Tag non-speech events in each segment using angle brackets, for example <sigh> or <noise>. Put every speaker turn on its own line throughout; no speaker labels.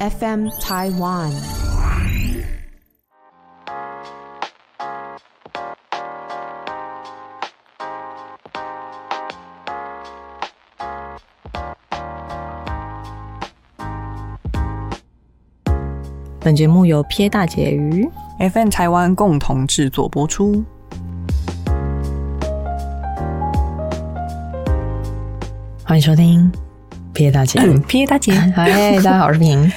FM Taiwan。
本节目由撇大姐鱼
FN 台湾共同制作播出。
欢迎收听撇大姐鱼。
<coughs> P A 大姐
<laughs> 嗨，大家好，我是平。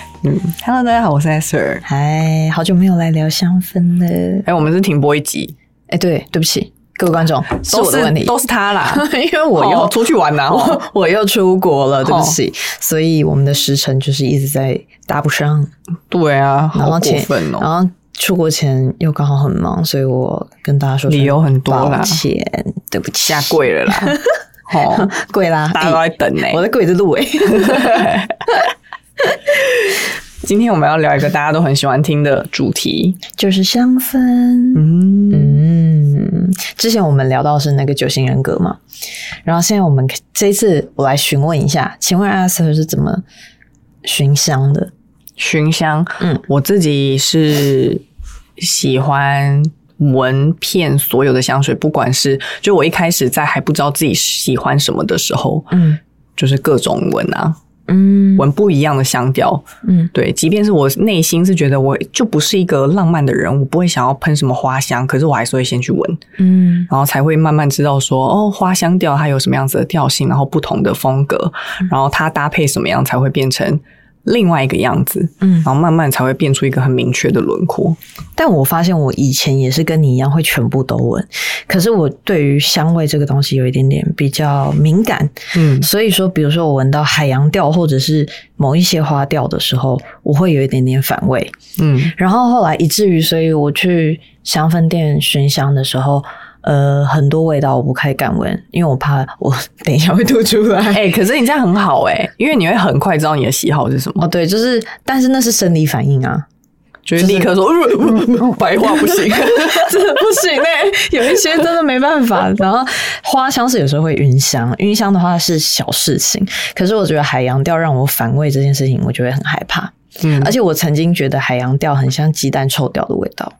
，Hello，大家好，我是 Sir。
嗨，好久没有来聊香氛了。
哎、我们是停播一集，
哎，对，对不起，各位观众，是我的问题，
都是他 <laughs> 啦。
<laughs> 因为我又、
哦出去玩啦、哦，
我我又出国了，对不起，所以我们的时程就是一直在搭不上。
对啊，
然
好
后
过
前，
分哦、
然后出国前又刚好很忙，所以我跟大家说声
理由很多啦
抱歉，对不起，
下跪 <laughs> 了啦。哦，
贵啦，
大家都在等呢、
哎我在跪着录
<laughs>
诶。
今天我们要聊一个大家都很喜欢听的主题。
就是香氛。
嗯，
嗯，之前我们聊到是那个九型人格嘛，然后现在我们这一次我来询问一下，请问阿 Sir 是怎么熏香的？
熏香，
嗯
嗯，我自己是喜欢。闻遍所有的香水，不管是就我一开始在还不知道自己喜欢什么的时候，
嗯
就是各种闻啊，
嗯
闻不一样的香调。
嗯
对，即便是我内心是觉得我就不是一个浪漫的人，我不会想要喷什么花香，可是我还是会先去闻，
嗯
然后才会慢慢知道说，哦，花香调它有什么样子的调性，然后不同的风格，
嗯
然后它搭配什么样才会变成另外一个样子，
嗯
然。后慢慢才会变出一个很明确的轮廓。
但我发现我以前也是跟你一样会全部都闻，可是我对于香味这个东西有一点点比较敏感，
嗯
所以说，比如说我闻到海洋调或者是某一些花调的时候，我会有一点点反胃。
嗯
然后后来以至于，所以我去香氛店熏香的时候，呃，很多味道我不太敢闻，因为我怕我 <laughs> 等一下会吐出来。 <laughs>
哎、可是你这样很好哎、因为你会很快知道你的喜好是什么，
哦，对，就是，但是那是生理反应啊，
就会立刻说、
<laughs>
呃白话不行， <laughs>
真的不行哎、 <laughs> 有一些真的没办
<laughs>
法。然后花香是有时候会晕香，晕香的话是小事情，可是我觉得海洋调让我反胃这件事情，我就会很害怕。
嗯
而且我曾经觉得海洋调很像鸡蛋臭掉的味道，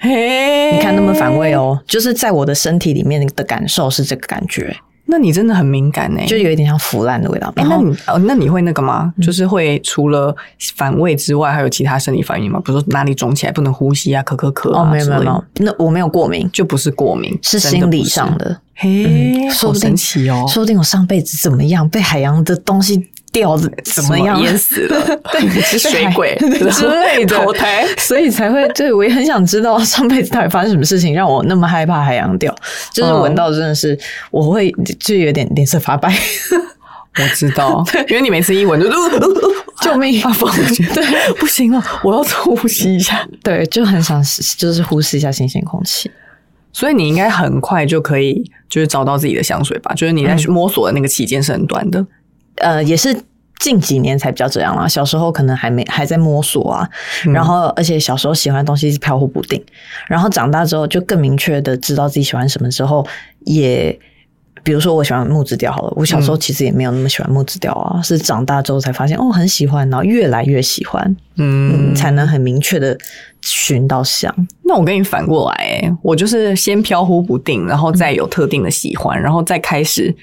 嘿，
你看那么反胃哦，就是在我的身体里面的感受是这个感觉，
那你真的很敏感哎、
就有一点像腐烂的味道。
嗯哎、
然
那
后
你哦，那你会那个吗？就是会除了反胃之外，还有其他生理反应吗？比如说哪里肿起来不能呼吸啊，咳咳咳
哦，
啊
没有
之
没有
类
没
的
有，那我没有过敏，
就不是过敏，
是
真的
心理
不是
上。的。嗯
嘿，
说不
好
定
神奇哦，
说不定我上辈子怎么样被海洋的东西掉的怎么样
淹死了？对，是水鬼
之类的
投胎。
<laughs> 所以才会对我也很想知道 <laughs> 上辈子到底发生什么事情，让我那么害怕海洋调，就是
嗯
闻到真的是、我会就有点脸色发白， <laughs>
我知道，因为你每次一闻就
救命！
<laughs> 发疯，
<laughs>
对，不行了，我要呼吸一下。
对，就很想就是呼吸一下新鲜空气。
所以你应该很快就可以，就是找到自己的香水吧？就是你在摸索的那个期间是很短的。
呃，也是近几年才比较这样啦。小时候可能还没还在摸索啊，
嗯
然后而且小时候喜欢的东西是飘忽不定，然后长大之后就更明确的知道自己喜欢什么之后，也比如说我喜欢木质调好了，我小时候其实也没有那么喜欢木质调啊，是长大之后才发现哦很喜欢，然后越来越喜欢，嗯，
嗯
才能很明确的寻到香。
那我跟你反过来、欸，我就是先飘忽不定，然后再有特定的喜欢，然后再开始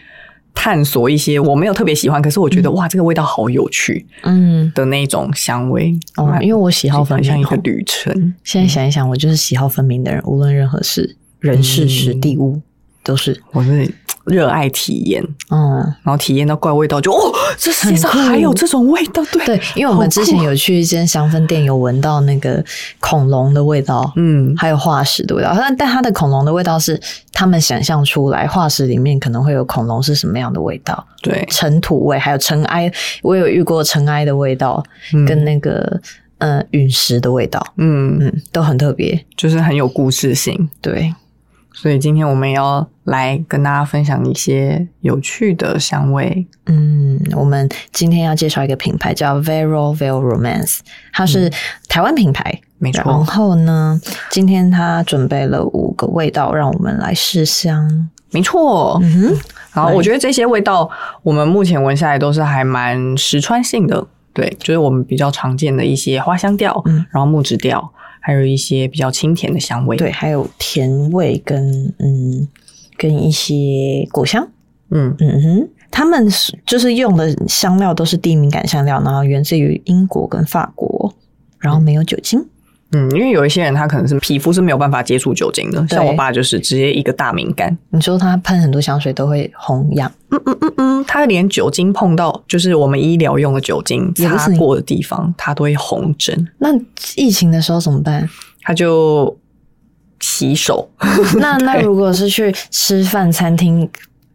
探索一些我没有特别喜欢，可是我觉得、哇，这个味道好有趣
嗯，
的那种香味。
哦，因为我喜好分
很像
明
一
吼
个，旅程。
现在想一想，我就是喜好分明的人，无论任何事，人事时地物都是。
我是热爱体验，
嗯，
然后体验到怪味道就，哦，这世界上
很酷
还有这种味道，
<laughs>
对
对，因为我们之前
好酷啊
有去一间香氛店，有闻到那个恐龙的味道，
嗯
还有化石的味道。但但它的恐龙的味道是他们想象出来，化石里面可能会有恐龙是什么样的味道，
对，
尘土味，还有尘埃。我有遇过尘埃的味道，
嗯
跟那个呃陨石的味道，
嗯，
嗯，都很特别。
就是很有故事性。
对，
所以今天我们也要来跟大家分享一些有趣的香味，
嗯，我们今天要介绍一个品牌叫 Vero Veil Romance，它
嗯
是台湾品牌。
没错。
然后呢，今天他准备了五个味道，让我们来试香。
没错，
嗯哼，
然后我觉得这些味道，我们目前闻下来都是还蛮实穿性的，对，就是我们比较常见的一些花香调，
嗯
然后木质调，还有一些比较清甜的香味。
对，，还有甜味跟嗯跟一些果香，
嗯，
嗯哼，他们是就是用的香料都是低敏感香料，然后源自于英国跟法国，然后没有酒精。
嗯，因为有一些人他可能是皮肤是没有办法接触酒精的，
对
像我爸就是直接一个大敏感，
你说他喷很多香水都会红痒，
嗯嗯嗯嗯，他连酒精碰到就是我们医疗用的酒精
也不
擦
是你
过的地方，他都会红疹，
那疫情的时候怎么
<laughs>
办？
他就洗手。
那那如果是去吃饭餐厅，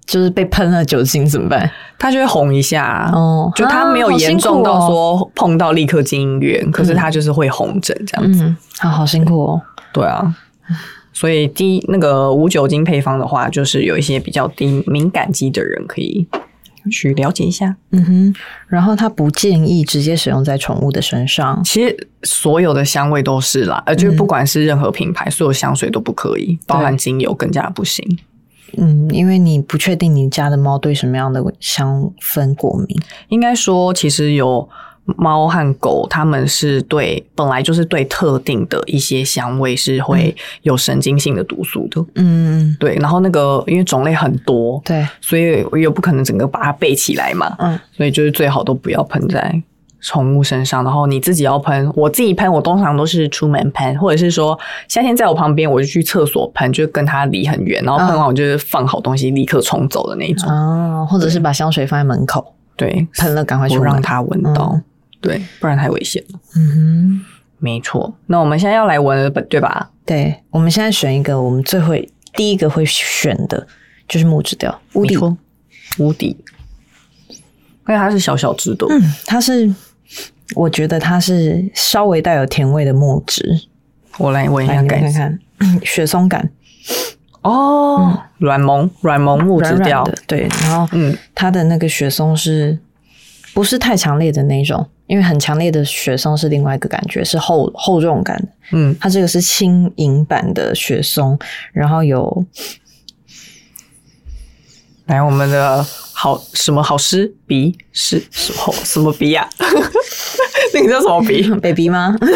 就是被喷了酒精怎么办？
他就会红一下，
哦
就他没有
啊好
严重
辛苦哦
到说碰到立刻进医院，可是他就是会红疹这样子。
嗯，好好辛苦哦。
对啊，所以第一那个无酒精配方的话，就是有一些比较低敏感肌的人可以去了解一下。
嗯哼，然后他不建议直接使用在宠物的身上。
其实所有的香味都是啦，呃，就是
嗯
不管是任何品牌，所有香水都不可以，包含精油更加不行。
嗯，因为你不确定你家的猫对什么样的香氛过敏。
应该说，其实有猫和狗，它们是对本来就是对特定的一些香味是会有神经性的毒素的。
嗯，
对，然后那个因为种类很多，
对，
所以也不可能整个把它背起来嘛，
嗯，
所以就是最好都不要喷在宠物身上。然后你自己要喷，我自己喷，我通常都是出门喷，或者是说夏天在我旁边，我就去厕所喷，就跟它离很远，然后喷完我就是放好东西立刻冲走的那一种。
啊，或者是把香水放在门口，
对，
喷了赶快出
不
门
让它闻到，
嗯
对，不然太危险了。
嗯
没错，那我们现在要来闻了，对吧
哼，？对，我们现在选一个我们最会第一个会选的就是木质调屋
没
顶，
错，无敌，因为它是小小只的，
嗯，它是我觉得它是稍微带有甜味的木质，
我来闻一
来
下
你
感
看
觉。
看嗯雪松感，
哦，软萌软萌木质
软
调
软的，对，然后
嗯
它的那个雪松是不是太强烈的那种？因为很强烈的雪松是另外一个感觉，是厚厚重感的。
嗯，
它这个是轻盈版的雪松，然后 <laughs> 有
来我们的好什么好诗鼻是什么什么鼻呀、 <laughs> 那个叫什么鼻？
baby 吗？
喂，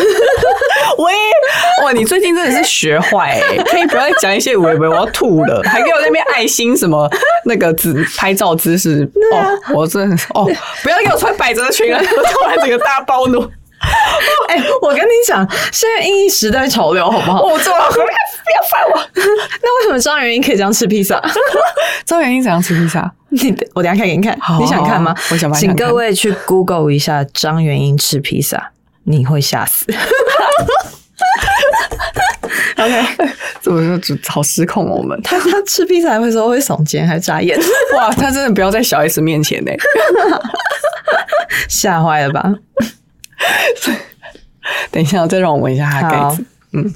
哇，你最近真的是学坏、欸， <laughs> 可以不要再讲一些微微，我要吐了，还给我那边爱心什么那个姿拍照姿势，
啊
哦，我真的是哦，不要给我穿百褶裙了， <laughs> 突然整个大暴怒，
<laughs> 哎、我跟你讲，现在英译时代潮流好不 <laughs> 好？
哦我做了，不要烦我。
<laughs> 那为什么张元英可以这样吃披萨？ <laughs>
周元英怎样吃披萨？
你我等一下看给你看
好，
你想看吗
好？我想把它
请
看看
各位去 Google 一下张元英吃披萨，你会吓死。
怎么就好失控哦我们？
<laughs> 他他吃披萨还会说会耸肩，还眨眼，
<laughs> 哇，他真的不要在小 S 面前呢、欸
<laughs> 吓坏 <laughs> 了吧？
等一下，再让我闻一下它的盖
好
子。嗯，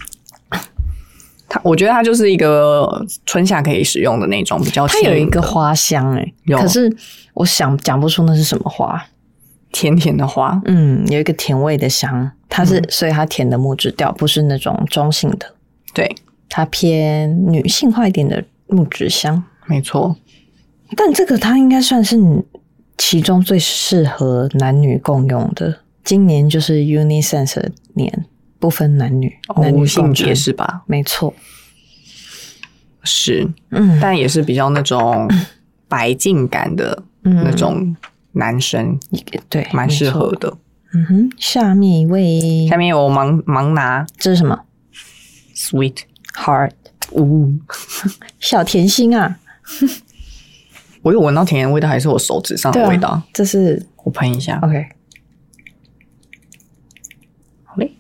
它我觉得它就是一个春夏可以使用的那种比较
它
轻盈
有
的，
一个花香哎、
哦有
可是我想讲不出那是什么花。
甜甜的花。
嗯，有一个甜味的香，它
嗯
是、所以它甜的木质调，不是那种中性的，
对，
它偏女性化一点的木质香。
没错。
但这个它应该算是其中最适合男女共用的。今年就是 Unisense 的年，不分男女，男
无
女
哦性
共
别
穿，
是吧？
没错。
是，
嗯，
但也是比较那种白净感的
嗯
那种男生，
对，
蛮
嗯
适
没错。
合的。
嗯哼，下面一位
下，面有盲盲拿
这是什么
sweet，
？Heart
呜，
小甜心啊，
我有闻到甜甜的味道，还是我手指上
对
的
啊，
味道？
这是
我喷一下，
OK，
好嘞，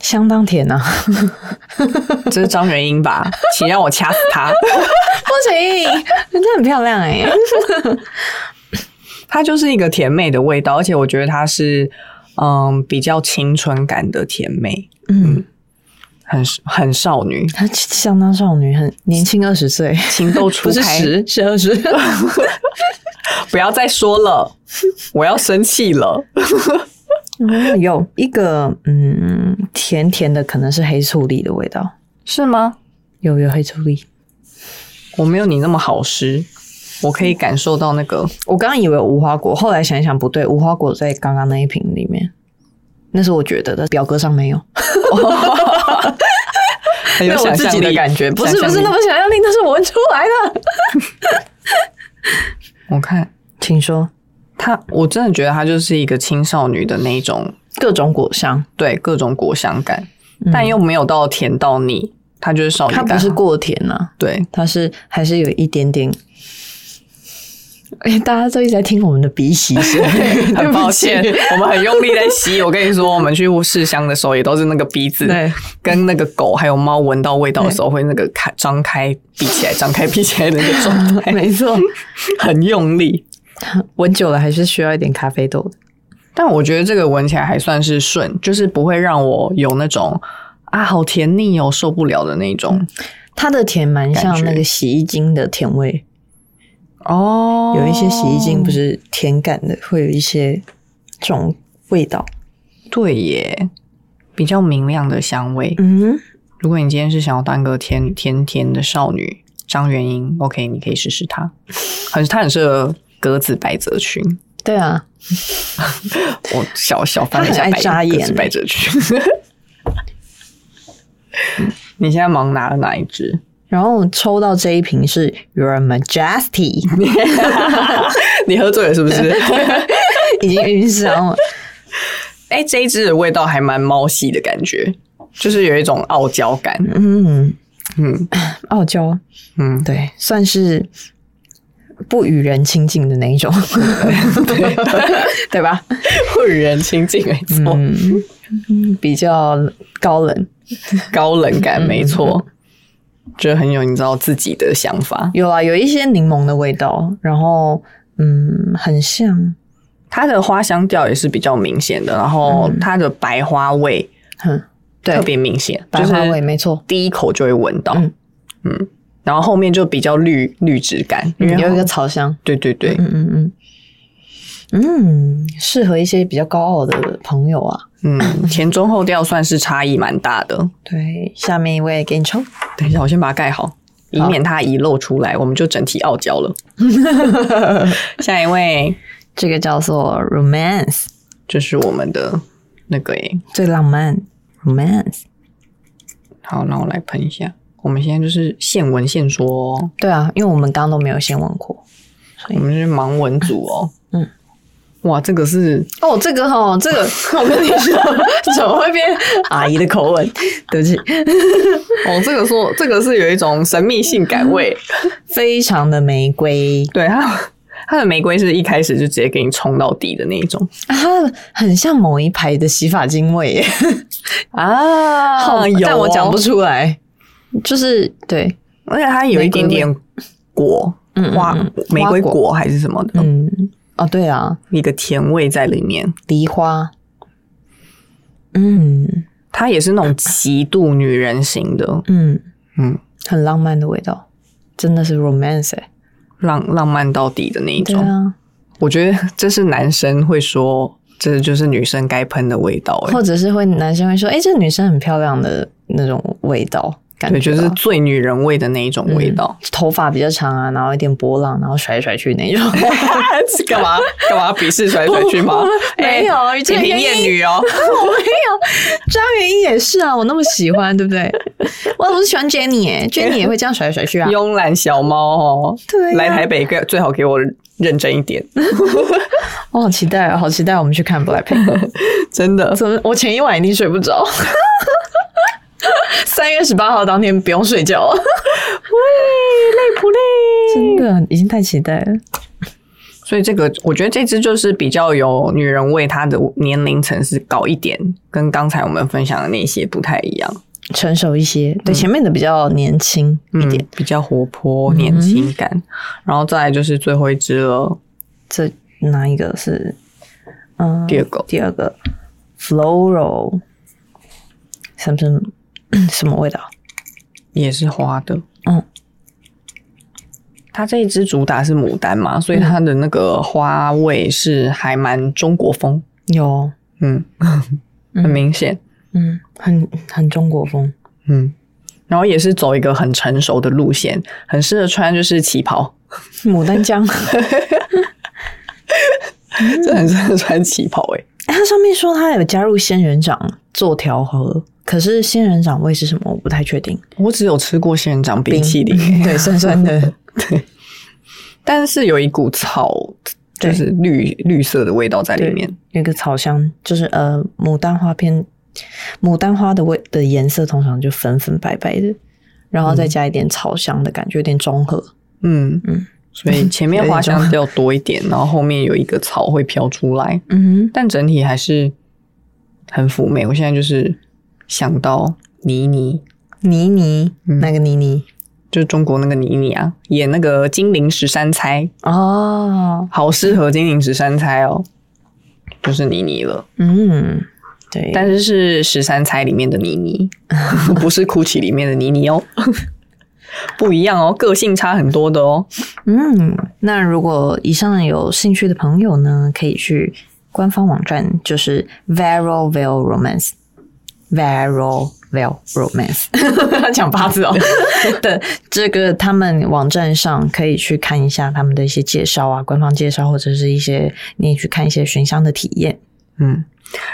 相当甜啊，
这是张元英吧？请让我掐死他。
不 <laughs> 行，人家很漂亮哎、
它就是一个甜美的味道，而且我觉得它是嗯比较青春感的甜美，
嗯，
很很少女，
她相当少女，很年轻二十岁，
情窦
<laughs>
初
不是
开。
十，是二十。
不要再说了，我要生气了。
嗯有一个嗯，甜甜的，可能是黑醋栗的味道，
是吗？
有有黑醋栗。
我没有你那么好吃。我可以感受到那
<laughs>
个
我刚刚以为有无花果，后来想一想不对，无花果在刚刚那一瓶里面，那是我觉得的，表格上没有。
很有
那我
想
自
象
己的
力
感觉，不是
想
不
象
是
力
那么想象力，那是我闻出来的。
我看
请说，
她，我真的觉得她就是一个青少女的那一种，
各种果香，
对各种果香感，
嗯
但又没有到甜到腻，她就是少女
它
感。
不是过甜呐、啊，
对，
它是还是有一点点。哎、大家都一直在听我们的鼻息声，
<laughs> 很抱歉
<laughs> 对不起，
我们很用力在吸。我跟你说，我们去试香的时候也都是那个鼻子，
对，
跟那个狗还有猫闻到味道的时候会那个开张开闭起来，张开闭起来
<laughs>
的那个状态，
没错，
很用力。
闻久了还是需要一点咖啡豆的。
但我觉得这个闻起来还算是顺，就是不会让我有那种啊好甜腻哦受不了的那种
嗯它的甜蛮像
感觉
那个洗衣精的甜味，
哦
有一些洗衣精不是甜感的，会有一些这种味道。
对耶，比较明亮的香味。
嗯，
如果你今天是想要当个甜甜甜的少女，张元英，OK，你可以试试她，很她很适合格子百褶裙。
对啊，
我小小翻了一下
她很爱
百
扎眼
格子百褶裙。 <laughs> 你现在忙拿了哪一只？
然后抽到这一瓶是 Your Majesty，
你喝醉了是不 <laughs> 是？
已经晕香了。
哎、这一支的味道还蛮猫系的感觉，就是有一种傲娇感。
嗯，哦
嗯
傲娇，
嗯，
对，算是不与人亲近的那一
<laughs>
种，
对，
对吧？
不与人亲近，没错，
嗯，比较高冷，
高冷感，没错，觉得嗯很有你知道自己的想法。
有啊，有一些柠檬的味道，然后嗯，很像，
它的花香调也是比较明显的，然后它的白花味
哼，嗯对
特，别明显，
白花
就
味
是
没错，
第一口就会闻到，
嗯
嗯然后后面就比较绿绿质感，因为
嗯有一个草香，
对对对，
嗯嗯嗯。嗯，适合一些比较高傲的朋友啊。
嗯，前中后调算是差异蛮大的。
对，下面一位给你抽。
等一下，我先把它盖好，以
好
免它遗漏出来，我们就整体傲娇
<laughs>
了。下一位
这个叫做 romance，
就是我们的那个诶，
最浪漫 romance。
好，让我来喷一下。我们现在就是现闻现说、哦，
对啊，因为我们刚刚都没有先问过。所
我
以
们是盲文组哦。
<laughs> 嗯，
哇，这个是
哦，这个哈、这 <laughs> 个我跟你说，怎么会变阿姨的口 <laughs> 吻？对不起，
哦，这个说这个是有一种神秘性感味，
非常的玫瑰，
对它。它的玫瑰是一开始就直接给你冲到底的那一种
啊它很像某一排的洗发精味 <laughs> 哎耶，
啊有、
但我讲不，出来。就是对，
而且它有一点点果
嗯
花
嗯
玫
花
瑰
果
果还是什么的，
嗯，哦，对啊，
一个甜味在里面。
梨花，嗯
它也是那种极度女人型的，
嗯，
嗯，
很浪漫的味道，真的是 romance 欸耶、
浪浪漫到底的那一
对
种。
啊，
我觉得这是男生会说，这就是女生该喷的味道、欸
或，者是会男生会说，哎、这女生很漂亮的那种味道，感
对，
觉啊
就
到
是最女人味的那一种味道。
头发比较长啊，然后一点波浪，然后甩来甩去 <laughs> 那种。？
是 <laughs> 干嘛干嘛鄙视甩甩去吗
没有
哎
于
锦
正
屏
元
艳
英
女哦，
我没有，张元英也是啊，我那么喜欢，对不 <laughs> 对？我我是喜欢 Jenny，耶 Jenny 也会这样甩来甩去啊。
慵懒小猫哦，
对啊
来台北给最好给我认真一点，
我好期待啊，好期待我们去看 <laughs> Blackpink。
真的。
怎么？我前一晚一定睡不 <laughs> 着。三月十八号当天不用睡觉，
喂，累不累？
真的已经太期待了。
所以这个，我觉得这支就是比较有女人味，它的年龄层是高一点，跟刚才我们分享的那些不太一样，
成熟一些，对前面的比较年轻一点。
嗯，比较活泼、年轻感。然后再来就是最后一支了，
这哪一个是？嗯，
第二个
第二个 floral 什么什么 <coughs> 什么味道？
也是花的，
嗯，
它这一支主打是牡丹嘛，所以它的那个花味是还蛮中国风，
有，
嗯，很明显，
嗯，很很中国风。
嗯，然后也是走一个很成熟的路线，很适合穿就是旗袍，
牡丹江，
这很适合穿旗袍欸诶、
哎它上面说它有加入仙人掌做调和，可是仙人掌味是什么？我不太确定。
我只有吃过仙人掌冰淇淋，
对，酸酸
<laughs>
的，
但是有一股草，
对
就是绿绿色的味道在里面。
有一个草香，就是呃牡丹花片，牡丹花的味的颜色通常就粉粉白白的，然后再加一点草香的感觉，有点中和。
嗯
嗯
嗯，所以前面花
有
香
一
比较多一点，然后后面有一个草会飘出来，
嗯
但整体还是很妩媚。我现在就是想到倪妮，
哼，妮妮，
嗯
那个妮妮？
就是中国那个倪妮啊，演那个《金陵十三钗》，
哦，
好适合《金陵十三钗》哦，就是倪妮了，
嗯，对，
但是是十三钗里面的倪妮，不是 GUCCI 里面的倪妮哦， <laughs> 不一样哦，个性差很多的哦。
嗯，那如果以上有兴趣的朋友呢，可以去官方网站，就是 Vero Vale Romance。Vero Vale Romance，讲 <laughs> 八
<laughs>
字哦。的这个他们网站上可以去看一下他们的一些介绍啊，官方介绍或者是一些你也去看一些寻香的体验。
嗯，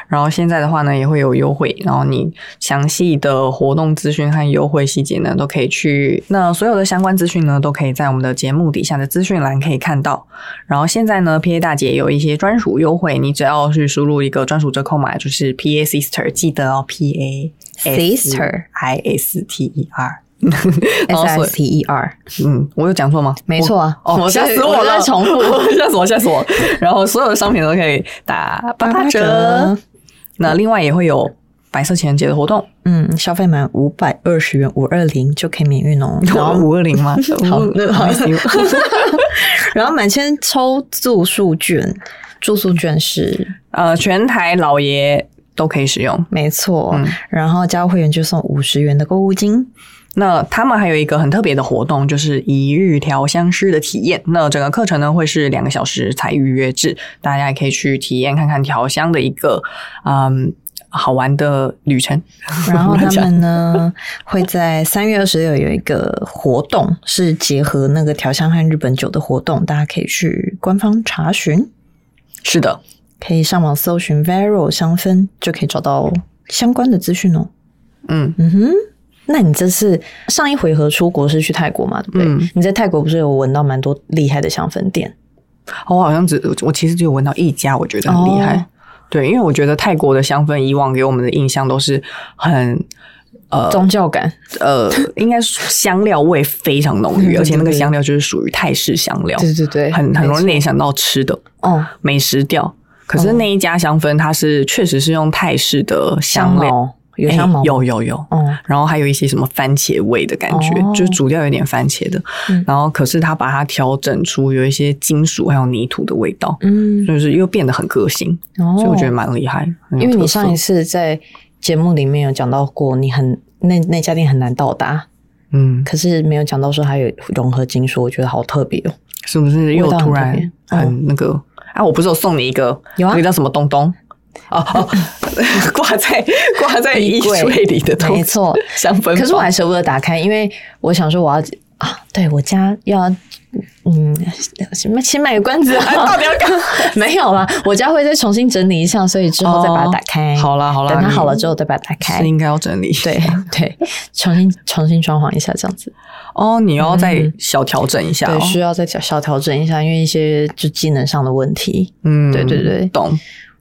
然后现在的话呢，也会有优惠，然后你详细的活动资讯和优惠细节呢，都可以去。那所有的相关资讯呢，都可以在我们的节目底下的资讯栏可以看到。然后现在呢，P A 大姐有一些专属优惠，你只要是输入一个专属折扣码，就是 P A Sister，记得哦，P A
Sister
I S T E R。
S
然 <laughs> 后
I
哦所以
T E R，
嗯，我有讲错吗？
没错啊，
哦，吓死我了！
在重复
吓 <laughs> 死我，吓死我！然后所有的商品都可以打八八折。，那另外也会有白色情人节的活动，
嗯，消费满五百二十元五二零就可以免运哦。然后
<laughs> 五二零吗？
<laughs> 好
嗯
那
不好意思
然后满千抽住宿券，住宿券是
呃，全台老爷都可以使用。
没错，
嗯
然后加入会员就送五十元的购物
<laughs>
金。
那他们还有一个很特别的活动，就是一日调香师的体验。那整个课程呢会是两个小时才预约制，大家也可以去体验看看调香的一个嗯好玩的旅程。
然后他
乱讲
们呢会在三月二十六有一个活动，是结合那个调香和日本酒的活动，大家可以去官方查询，
<laughs> 是的，
可以上网搜寻 Vero 香氛，就可以找到相关的资讯哦。
嗯，
嗯哼，那你这次上一回合出国是去泰国嘛？对不对？
嗯
你在泰国不是有闻到蛮多厉害的香氛店？
我好像只我其实只有闻到一家，我觉得很厉害。
哦
对，因为我觉得泰国的香氛以往给我们的印象都是很
宗教感，
呃，应该是香料味非常浓
<laughs> 对对
郁，
对
而且那个香料就是属于泰式香料，
对对
很很容易
没嗯
联想到吃的
错哦，
美食调。可是那一家香氛，它是确实是用泰式的
香
香料，
茅有
哎
香茅，
有有有，
哦，
然后还有一些什么番茄味的感觉，
哦
就是主调有点番茄的，
嗯
然后可是它把它调整出有一些金属还有泥土的味道，
嗯，
就是又变得很个性。
哦
所以我觉得，蛮厉害。很有
因为你
特色
上一次在节目里面有讲到过，你很那那家店很难到达，
嗯，
可是没有讲到说还有融合金属，我觉得好特别哦。
是不是又
味道很
突
特别
然
哦
很那个？啊，我不是有送你一个，
有啊
那个叫什么东东？哦哦， <laughs> 挂在挂在衣
衣柜
柜里的东
没
西，
错，
香氛。
可是我还舍不得打开，因为我想说我要啊，对我家要嗯，先先卖个关子
<laughs>
啊，到底要干？ <laughs> 没有啦，我家会再重新整理一下，所以之后再把它打开。
哦好啦好啦，
等它好了之
后
后再把它打开
是。应该要整理。
对对，重新重新装潢一下这样子，
哦，你要再
嗯
小调整一下哦
对，。需要再小小调整一下，因为一些就机能上的问题，
嗯
对对对
懂。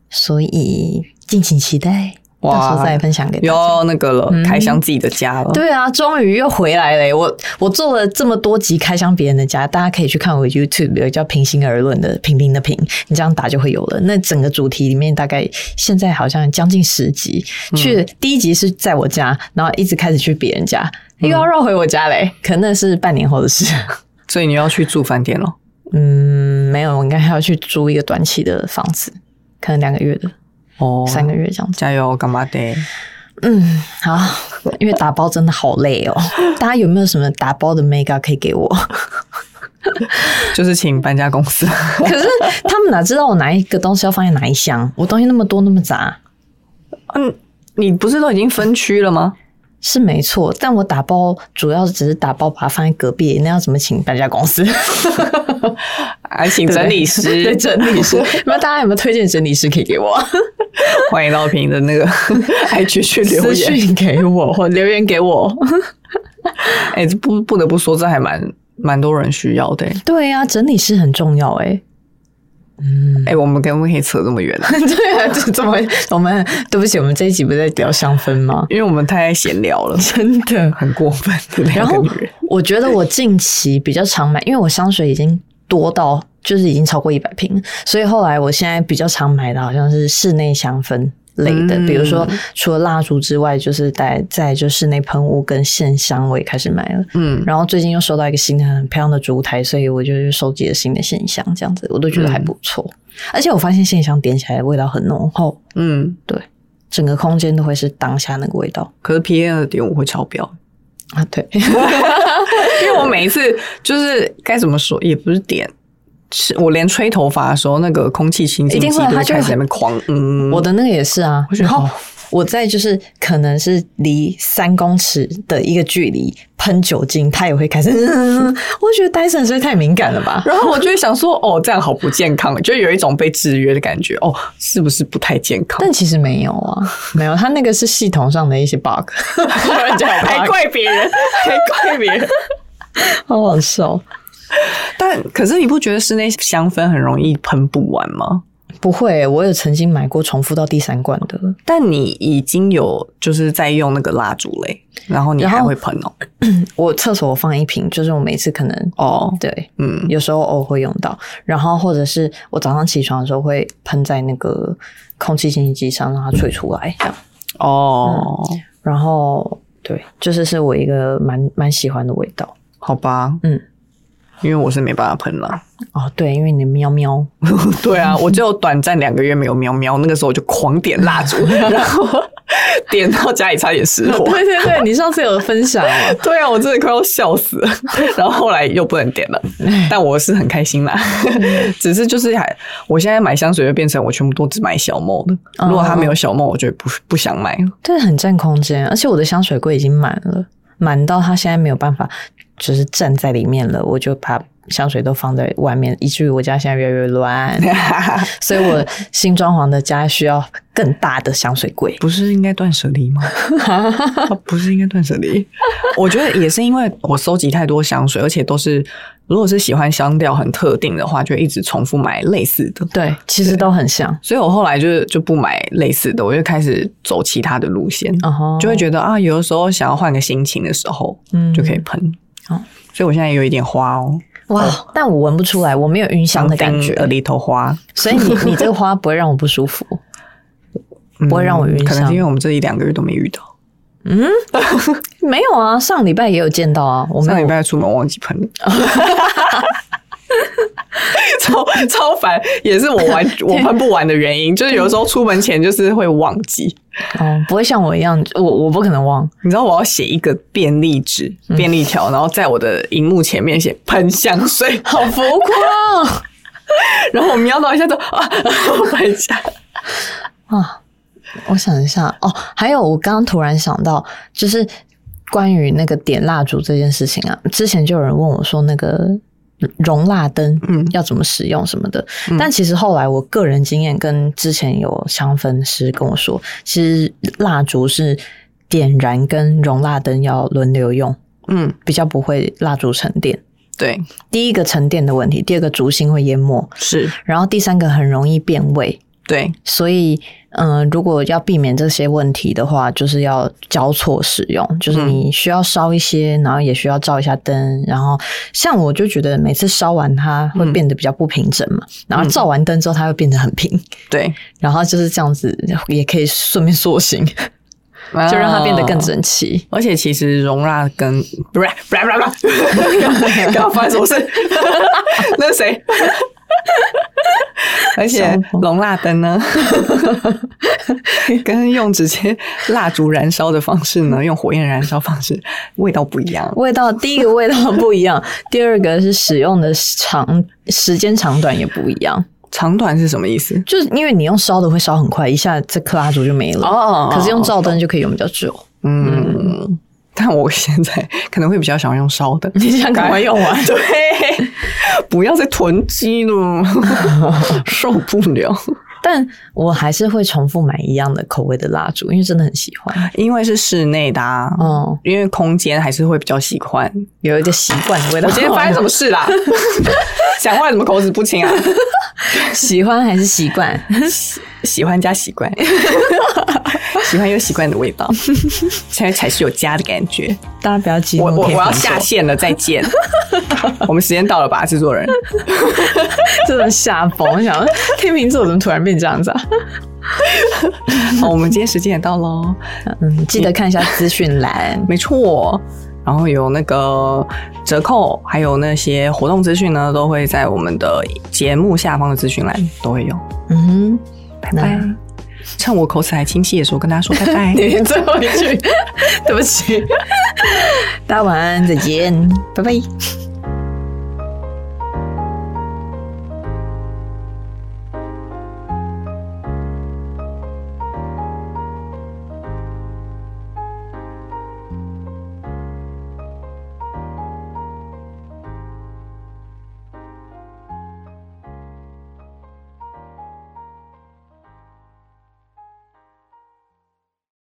所以敬请期待，
哇
到时候再分享给大家。
要那个了
嗯，
开箱自己的家了。
对啊，终于又回来了耶。我我做了这么多集开箱别人的家，大家可以去看我 YouTube 有叫“平心而论”的“平平”的“平”，你这样打就会有了。那整个主题里面大概现在好像将近十集，去第一集是在我家，然后一直开始去别人家，又要绕回我家嘞，可那是半年后的事。 <laughs>
所以你要去住饭店了。
嗯，没有，我应该还要去租一个短期的房子，可能两个月的、
哦，
三个月这样子。
加油，干嘛的？
嗯，好，因为打包真的好累哦。大家有没有什么打包的 mega 可以给我？
就是请搬家公司。
可是他们哪知道我哪一个东西要放在哪一箱？我东西那么多那么杂，
啊嗯，你不是都已经分区了吗？
是没错，但我打包主要只是打包把它放在隔壁，那要怎么请搬家公 <laughs> 司？
还请整理师，
<laughs> 对整理师，那大家有没有推荐整理师可以给我？ <laughs>
欢迎到平的那个 IG 去留
私
言。
讯给我，或留言给我。 <laughs>
哎、这不不得不说，这还蛮蛮多人需要的、欸。
对啊，整理师很重要哎、嗯
哎、我们可不可以扯这么远啊？
<laughs> 对啊，这怎么我们对不起，我们这一集不是在聊香氛吗？
因为我们太闲聊了，
真的，
很过分。
然
两个
后
女人，
我觉得我近期比较常买，因为我香水已经多到就是已经超过一百瓶，所以后来我现在比较常买的好像是室内香氛。类的，
嗯
比如说除了蜡烛之外，就是在在就室内喷雾跟线香，我也开始买了。
嗯，
然后最近又收到一个新的很漂亮的烛台，所以我就收集了新的线香，这样子我都觉得还不错。而且我发现线香点起来味道很浓厚，
嗯，
整个空间都会是当下那个味道
可是 PM 二点五会超标，
啊。对，
因为我每一次就是该怎么说，也不是点，是我连吹头发的时候，那个空气清净
一
机
定会
都
啊
会
它就
开始在那边狂，嗯，
我的那个也是啊
我。觉得
然后
好
我在就是可能是离三公尺的一个距离喷酒精，它也会开始。 <laughs> 我觉得戴森是不是太敏感了吧？
然后我就会想说，哦，这样好不健康，就有一种被制约的感觉，哦，是不是不太健康？ <laughs>
但其实没有啊，没有，它那个是系统上的一些 bug， <laughs>
还
还
怪别人，还怪别
<laughs>
人。
好好笑。
但可是你不觉得室内香氛很容易喷不完吗？
不会，我有曾经买过重复到第三罐的，
但你已经有就是在用那个蜡烛嘞，然后你
然后
还会喷哦，
我厕所我放一瓶，就是我每次可能
哦，
对，
嗯，
有时候偶尔会用到，然后或者是我早上起床的时候会喷在那个空气清新机上，让它吹出来这样。
哦，
然后对，就是是我一个蛮蛮喜欢的味道。
好吧，
嗯，
因为我是没办法喷了。
哦，对，因为你的喵喵，
<laughs> 对啊，我就短暂两个月没有喵喵，那个时候我就狂点蜡烛，
<laughs>
然后点到家里差点失火。
哦对对，你上次有分享哦。
<laughs> 对啊，我真的快要笑死了。然后后来又不能点了，但我是很开心啦。 <laughs> 只是就是还，我现在买香水就变成我全部都只买小梦的。
哦
如果它没有小梦，我就不不想买了。
对，很占空间，而且我的香水柜已经满了，满到它现在没有办法，就是站在里面了，我就把。香水都放在外面，以至于我家现在越来越 <laughs> 乱，所以我新装潢的家需要更大的香水柜。
不是应该断舍 <laughs> 离吗？哦不是应该断舍离？我觉得也是因为我收集太多香水，而且都是如果是喜欢香调很特定的话，就一直重复买类似的。
对，其实都很像，
所以我后来就是就不买类似的，我就开始走其他的路线，
然后
就会觉得啊，有的时候想要换个心情的时候，
哦嗯
就可以喷。
哦
所以我现在有一点花哦，
哇，但我闻不出来，我没有晕香的感觉，
呃，里头花
所以你你这个花不会让我不舒服。不会让我晕
嗯可能
香
是因为我们这一两个月都没遇到。
<laughs> 没有啊，上礼拜也有见到啊，我
上
没
礼
有。
拜出门忘
<laughs>
记喷，超超烦，也是我
<laughs>
玩我喷不完的原因，就是有时候出门前就是会忘记。
哦，不会像我一样，我我不可能忘。
你知道我要写一个便利纸、
嗯
便利条，然后在我的荧幕前面写喷香水，
好浮夸哦
然后我瞄到一下就啊， <laughs> 喷香。
啊！ <laughs> 我想一下哦，还有我刚刚突然想到，就是关于那个点蜡烛这件事情啊，之前就有人问我说那个。容蜡灯，
嗯
嗯，要怎么使用什么的？但其实后来我个人经验跟之前有香氛师跟我说，其实蜡烛是点燃跟容蜡灯要轮流用，
嗯，
比较不会蜡烛沉淀。
对，
第一个沉淀的问题，第二个烛芯会淹没，
是，
然后第三个很容易变味。
对，
所以，嗯、如果要避免这些问题的话，就是要交错使用，就是你需要烧一些，然后也需要照一下灯。然后，像我就觉得每次烧完它会变得比较不平整嘛，然后照完灯之后它会变得很平，
对，
然后就是这样子，也可以顺便塑形，
啊
就让它变得更
整。
整齐。
而且其实容纳跟不是不是不是，刚刚发生什么事？那是谁？而且容蜡灯呢，跟用直接蜡烛燃烧的方式呢，用火焰燃烧方式味道不一样。
味道，第一个味道不一样， <laughs> 第二个是使用的长时间长短也不一样，
长短是什么意思？
就是因为你用烧的会烧很快，一下这颗蜡烛就没了。
哦
可是用照灯就可以用比较久。 <laughs>
嗯，但我现在可能会比较想用烧的，
你想赶快用完
<laughs> 对，不要再囤积 <laughs> 了，受不了。
但我还是会重复买一样的口味的蜡烛，因为真的很喜欢。
因为是室内的、啊，
嗯，
因为空间还是会比较喜欢。
有一个习惯的味道。
我今天发生什么事 <laughs> 啦？讲话怎么口齿不清啊？
<laughs> 喜欢还是习惯？
喜欢加习惯， <laughs> 喜欢又习惯的味道，才才是有家的感觉。
大家不要激动，
我我
可以
我要
反
下
锁，
线了，再见。 <laughs> 我们时间到了吧，制作人？
<laughs> 真的吓疯。我想说天秤座怎么突然变这样子啊？
好，我们今天时间也到喽。
嗯，记得看一下资讯栏。
没错。然后有那个折扣，还有那些活动资讯呢，都会在我们的节目下方的资讯栏都会有。
嗯
拜拜
那。
趁我口齿还清晰的时候，跟大家说拜
<laughs>
拜
哼，。你最 <laughs> 后一句，对不起。大家晚安，再见，拜拜。